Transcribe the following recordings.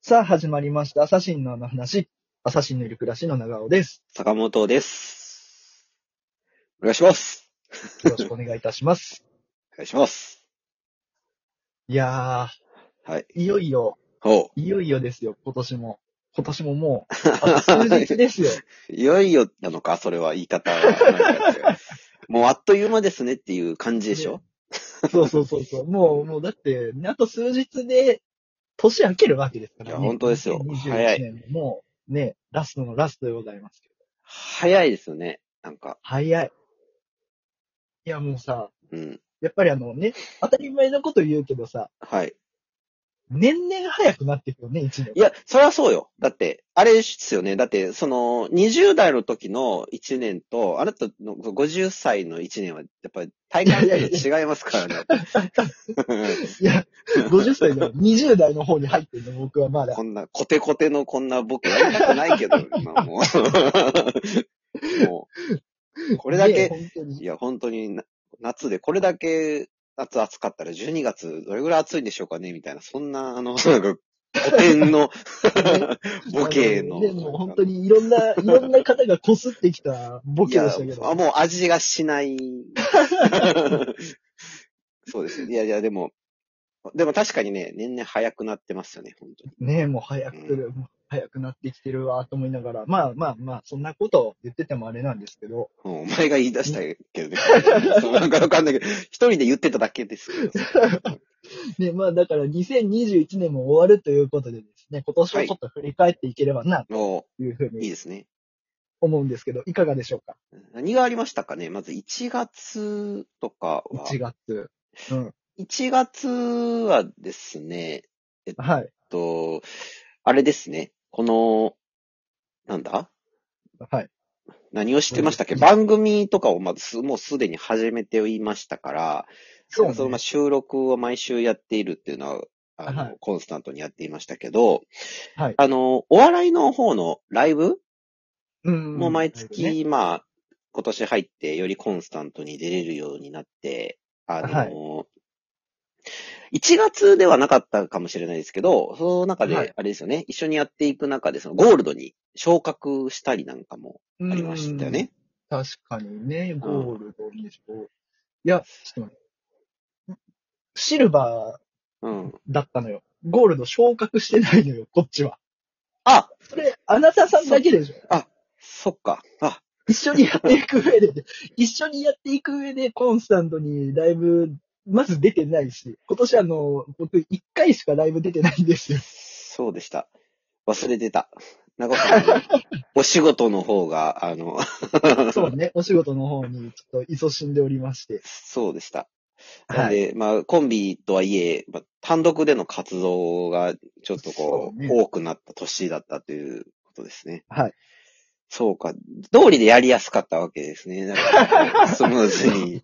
さあ、始まりました。アサシンのあの話。アサシンのいる暮らしの長尾です。坂本です。お願いします。よろしくお願いいたします。 お願いします。いやはい。ー、いよいよ、ほいよいよですよ、今年も。今年ももう、あと数日ですよ。う。いよいよなのか、それは言い方はなんか違う。もうあっという間ですねっていう感 じでしょ、そうそうそうそう。もう、もうだって、あと数日で、年明けるわけですから、いや本当ですよ2021早い年ももう、ね、ラストのラストでございますけど。早いですよね。なんか。早い。いや、もうさ、うん。やっぱりあのね、当たり前のこと言うけどさ、はい。年々早くなっていくよね、一年い。や、そりゃそうよ。だって、あれですよね。だって、その、20代の時の1年と、あなたの50歳の1年は、やっぱり体感で違いますからね。いや、50歳の20代の方に入ってるの、僕はまだこ。んな、コテコテのこんな僕やりたくないけど、 今もう。 もう、ここれだけ、本当いに。や、本当にな、夏でこれだけ夏暑かったら12月どれぐらい暑いんでしょうかねみたいな、そんな、あの、 なんか、古 典の、ボケの。でもう本当にいろんな、いろんな方が擦ってきたボケでしたけいやど。あもう味がしない。 そうです。いやいや、でも、でも確かにね、年々早くなってますよね、本当に。ねえ、もう早く来る、もう早くなってきてるわ、と思いながら。まあまあまあ、そんなことを言っててもあれなんですけど。うんお前が言い出したけどね。 そうなんかわかんないけど、一人で言ってただけですけど。ね、まあだから2021年も終わるということでですね、今年をちょっと振り返っていければな、おというふうーいいにですね。思うんですけど、いかがでしょうか何がありましたかねまず1月とかは。 ?1 月。うん。 1月はですね、はい。えっと、あれですね。この、なんだはい。何をしてましたっけうん番組とかをまずす、もうすでに始めていましたから、そうねのまあ収録を毎週やっているっていうのは、あの、はいコンスタントにやっていましたけど、はいあの、お笑いの方のライブうんも毎ね月、まあ、今年入ってよりコンスタントに出れるようになって、あの、は1月ではなかったかもしれないですけど、その中はでい、あれですよね、一緒にやっていく中で、そのゴールドに昇格したりなんかもありましたよね。うん。確かにね、ゴールドにしょ、いや、ちょっと待って。シルバうん。ーだったのよ。ゴールド昇格してないのよ、こっちは。あそれ、あなたさんだけでしょ。そっか。あ、一緒にやっていく上で、一緒にやっていく上で、コンスタントにライブ、まず出てないし、今年あの、僕一回しかライブ出てないんです よ。そうでした。忘れてた。長尾さん のお仕事の方が、あの、 そうね、お仕事の方にちょっと勤しんでおりまして。そうでした。はい なんで、まあ、コンビとはいえ、まあ、単独での活動がちょっとこそうう、ね多くなった年だったということですね。はい。そうか。通りでやりやすかったわけですね。なんかスムーズ に。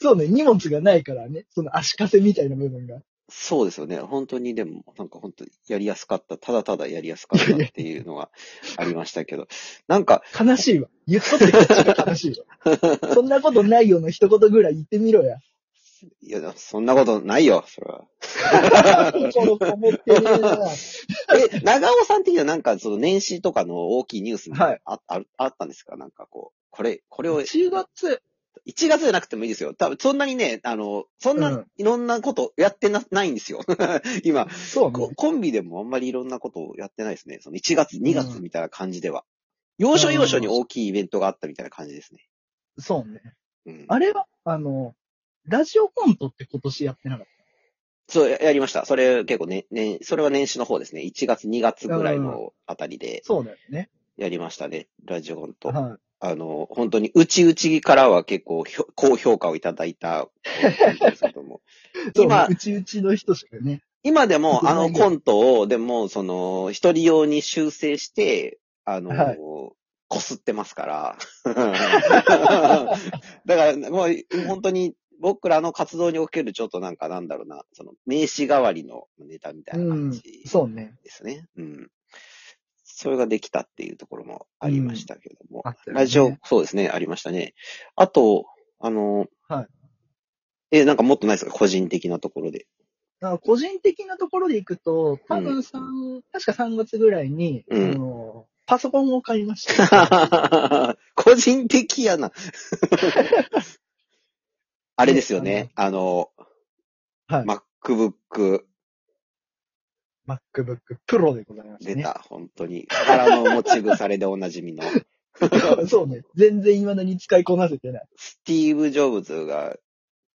そうね、荷物がないからね、その足かせみたいな部分が。そうですよね。本当にでも、なんか本当にやりやすかった。ただただやりやすかったっていうのがありましたけど。なんか、悲しいわ。言っとってこっちが悲しいわ。 そんなことないよの一言ぐらい言ってみろや。いや、そんなことないよ、それは。心こもってねえな。え、長尾さん的にはなんか、その年始とかの大きいニュースみたいなのあ、ああったんですかなんかこう、これ、これを、1 10月、月じゃなくてもいいですよ。多分そんなにね、あの、そんうなんいろんなことやってな、ないんですよ。 今、そうこね。コンビでもあんまりいろんなことをやってないですね。その1月、2月みたいな感じでは。要所要所に大きいイベントがあったみたいな感じですね。そうね。うん。あれは、あの、ラジオコントって今年やってなかっそう、ややりました。それ結構ね、ね、それは年始の方ですね。1月、2月ぐらいのあたりでた。そうだよね。やりましたね。ラジオコント。はあの、本当に、うちうちからは結構ひょ、高評価をいただいたコントですけどもい。 そうね今、うちうちの人しかね。今でもあ見のて ないよコントを、でも、その、一人用に修正して、あの、はいこすってます から。だから、もう、本当に、僕らの活動におけるちょっとなんかなんだろうな、その、名刺代わりのネタみたいな感じそうね。ですね。うん。それができたっていうところもありましたけども。あったよねラジオ、そうですね、ありましたね。あと、あの、はいえ、なんかもっとないですか個人的なところで。あ個人的なところでいくと、多う分三、確か3月ぐらいに、うんあの、パソコンを買いまし た。個人的 やな。あれですよね。あの、はい MacBook MacBook Pro でございます出ね。た、本当に。腹の持ち腐れでおなじみ の。そうね。全然未だに使いこなせてない。 スティーブ・ジョブズが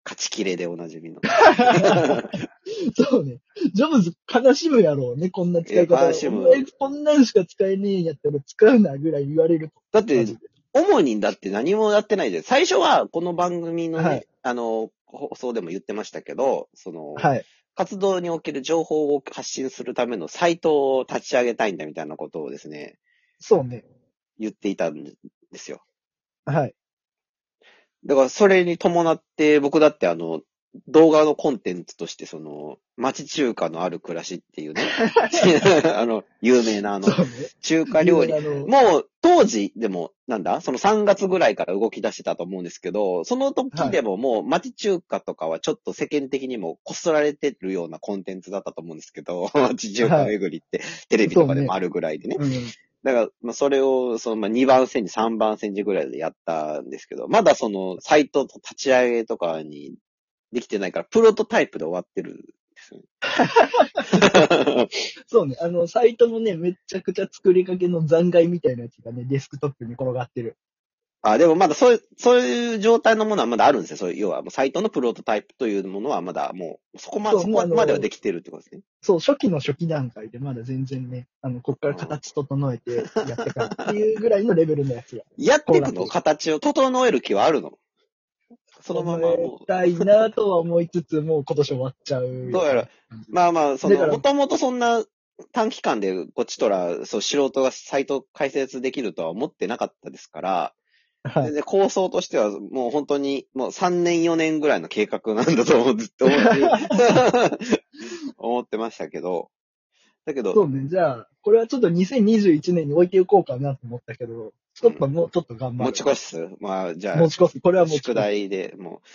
勝ちきれでおな じみの。そうね。ジョブズ悲しむやろうね、こんな使いいや方。悲しむお前こんなんしか使えねえんやったら使うなぐらい言われると。だってマジ、で主にだって何もやってないで、最初はこの番組のね、はいあの、放送でも言ってましたけど、その、はい。活動における情報を発信するためのサイトを立ち上げたいんだみたいなことをですね、そうね。言っていたんですよ。はい。だからそれに伴って、僕だってあの、動画のコンテンツとして、その、町中華のある暮らしっ ていうね、あの、有名なあのそ、うね。中華料理あのもう当時でも、なんだその3月ぐらいから動き出してたと思うんですけど、その時でももう町中華とかはちょっと世間的にもこすられてるようなコンテンツだったと思うんですけど、 町中華巡りってテレビとかでもあるぐらいでね。うん。だから、まあ、それを、その、まあ、2番線に3番線時ぐらいでやったんですけど、まだその、サイトと立ち上げとかにできてないから、プロトタイプで終わってるんですよね。 そうね。あの、サイトのね、めちゃくちゃ作りかけの残骸みたいなやつがね、デスクトップに転がってる。あ、でもまだそういう、そういう状態のものはまだあるんですよ。そういう、要は、サイトのプロトタイプというものはまだもう、そこまそうで、そもうこあのまではできてるってことですね。そう、初期の初期段階でまだ全然ね、あの、こっから形整えてやってからっていうぐらいのレベルのやつが。やっていくそうなんのです形を整える気はあるのそのま ま整もえたいなとは思いつつ、もう今年終わっちゃう。う、どうやら、まあまあ、そのだか、らもともとそんな短期間で、こっちとら、そう、素人がサイト開設できるとは思ってなかったですから、はいで構想としては、もう本当に、もう3年4年ぐらいの計画なんだと思う、ずっと 思って、思ってましたけど、だけど、そうね、じゃあ、これはちょっと2021年に置いていこうかなと思ったけど、ちょっともうちょっと頑張る。持ち越しっすまあ、じゃ持ち越す。これはあ、持ち宿越す。題でもう、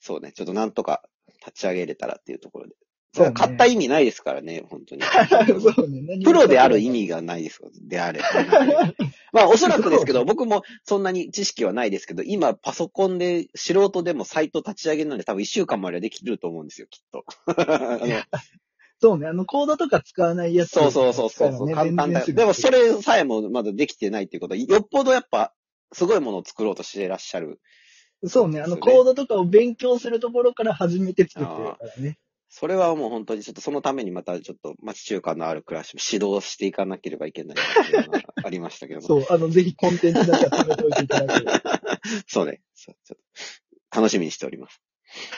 そうね、ちょっとなんとか立ち上げれたらっていうところで。そうね。買った意味ないですからね、本当 にそうね、何もプロである意味がないですよ。で あれ。まあ、おそらくですけど、僕もそんなに知識はないですけど、今、パソコンで素人でもサイト立ち上げるので多分1週間まではできると思うんですよ、きっと。 あのそうね、あの、コードとか使わないやつ、そうそうそうそうそう、簡単だよ。でも、それ。れさえもまだできてないっていうことは、よっぽどやっぱ、すごいものを作ろうとしてらっしゃる。そうね、あの、コードとかを勉強するところから始めて作ってるからね。それはもう本当にちょっとそのためにまたちょっと町中華のある暮らしを指導していかなければいけないっていうのがありましたけども。そう、あの、ぜひコンテンツだけは詰めておいていただけれ ば。そうね。そうちょっと楽しみにしております。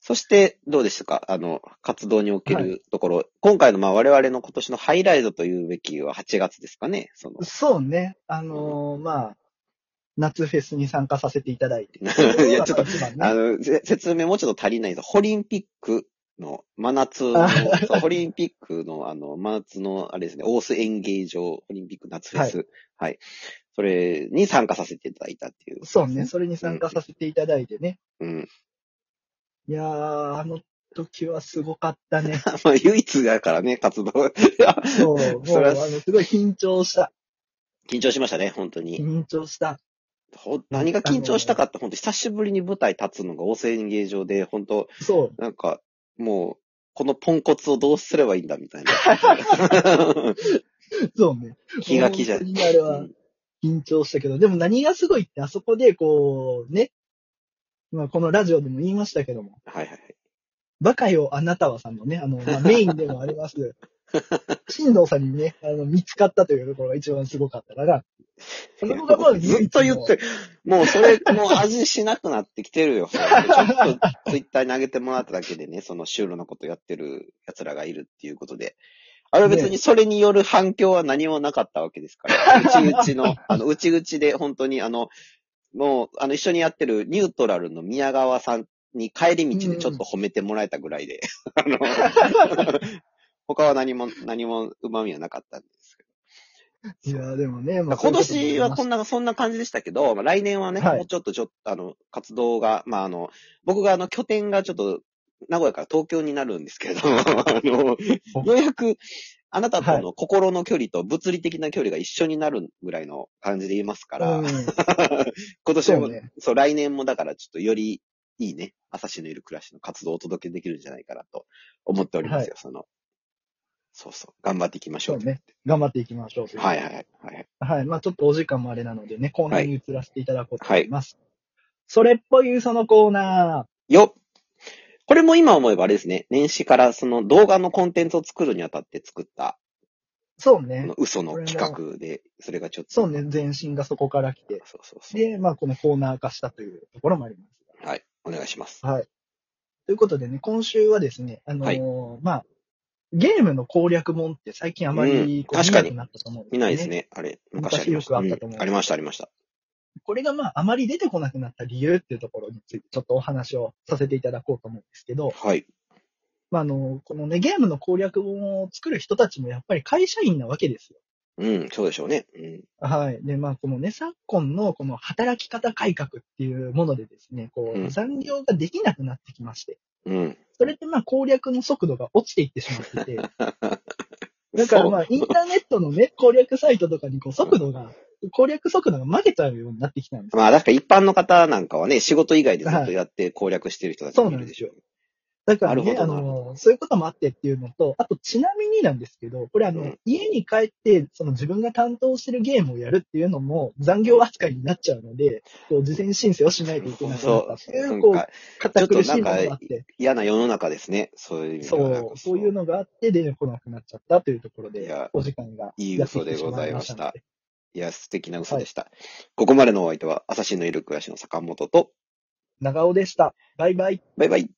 そして、どうでしたかあの、活動におけは、るところ、今回の、まあ、我々の今年のハイライトというべきは8月ですかねそのそうね、あのーまあ、夏フェスに参加させていただいて。 いや、ちょっと、一番ねあの、せ説明もうちょっと足りないです。ホリンピックの、真夏のあ、そうホリンピックの、あの、真夏の、あれですね、大須演芸場、ホリンピック夏フェス。はい。それに参加させていただいたっていう。そうね、それに参加させていただいてね。うん。 いやー、あの時はすごかった ね。まあ、唯一だからね、活動。 そう、もう、それあはの、すごい緊張した。緊張しましたね、本当に。緊張した。ほ何が緊張したかって、本当久しぶりに舞台立つのが大勢演芸場で、本当そう。なんか、もう、このポンコツをどうすればいいんだ、みた いな。そうね。 気が気じゃん。本当にあれはうん緊張したけど、でも何がすごいって、あそこでこう、ね。まあ、このラジオでも言いましたけども、はいはいはい。バカよあなたはさんのね、あの、まあ、メインでもあります。 新藤さんにね、あの、見つかったというところが一番すごかったから、そこがまあずっと言ってる。 もうそれ、もう味しなくなってきてるよ。ちょっとツイッターに上げてもらっただけでね、そのシュールなことやってる奴らがいるっていうことで。あれは別にそれによる反響は何もなかったわけですから。うちうちの、 あの、うちうちで本当にあの、もう、あの、一緒にやってるニュートラルの宮川さんに帰り道でちょっと褒めてもらえたぐらいで。 あの、他は何も、何も旨味はなかったんですけど。いや、でもね、まあ、今年はこんんな、そんな感じでしたけど、まあ来年はね、はいもうちょっとちょっと、あの、活動が、まあ、あの、僕があの、拠点がちょっと、名古屋から東京になるんですけれども、あの、ようやく、あなたとの心の距離と物理的な距離が一緒になるぐらいの感じで言いますから、うん、 今年もそうねそう、来年もだからちょっとよりいいね、朝日のいる暮らしの活動をお届けできるんじゃないかなと思っておりますよ、その、そうそう、頑張っていきましょそうう。ね。頑張っていきましょうという。はいはいはいはい。はい。まあちょっとお時間もあれなのでね、コーナーに移らせていただこうとは思いい。ます。それっぽいそのコーナよっこれも今思えばあれですね、年始からその動画のコンテンツを作るにあたって作った、ー。そうこねの。嘘の企画で、それがちょっと。そうね。全身がそこから来て。そうそうそう。で、まあこのコーナー化したというところもあります。はい。お願いします。はい。ということでね、今週はですね、あのーまあ、ゲームの攻略本って最近あまりこううん見確なかくになったと思うんです見よないです。ね。あれ、昔ありまし昔た。よくあったと思ううんありました、ありました。これがまあ、あまり出てこなくなった理由っていうところについてちょっとお話をさせていただこうと思うんですけど、はい。まあ、あの、このね、ゲームの攻略本を作る人たちもやっぱり会社員なわけですよ。うん、そうでしょうね。うん。はい。で、まあ、このね、昨今のこの働き方改革っていうものでですね、こうう、ん残業ができなくなってきまして、うん。それでまあ、攻略の速度が落ちていってしまって て、だからまあ、インターネットのね、攻略サイトとかにこう、速度が、攻略速度が負けちゃうようになってきたんですよまあ、確か一般の方なんかはね、仕事以外でずっとやって攻略してる人たちもいるでしょう。だからね、なあるほどなの、そういうこともあってっていうのと、あとちなみになんですけど、これあの、うん家に帰って、その自分が担当してるゲームをやるっていうのも残業扱いになっちゃうので、こう、事前申請をしないといけないなそっうていなう、んこかう、堅苦しいものがあって、嫌な世の中ですね。そういう意味ではなんそかう、そういうのがあって出てこなくなっちゃったというところいでや、お時間がいいやって嘘きてでしごまざいいまましたしのでた。。いや、素敵な嘘でした。ここまでのお相手は、朝日のいる暮らしの坂本と、長尾でした。バイバイ。バイバイ。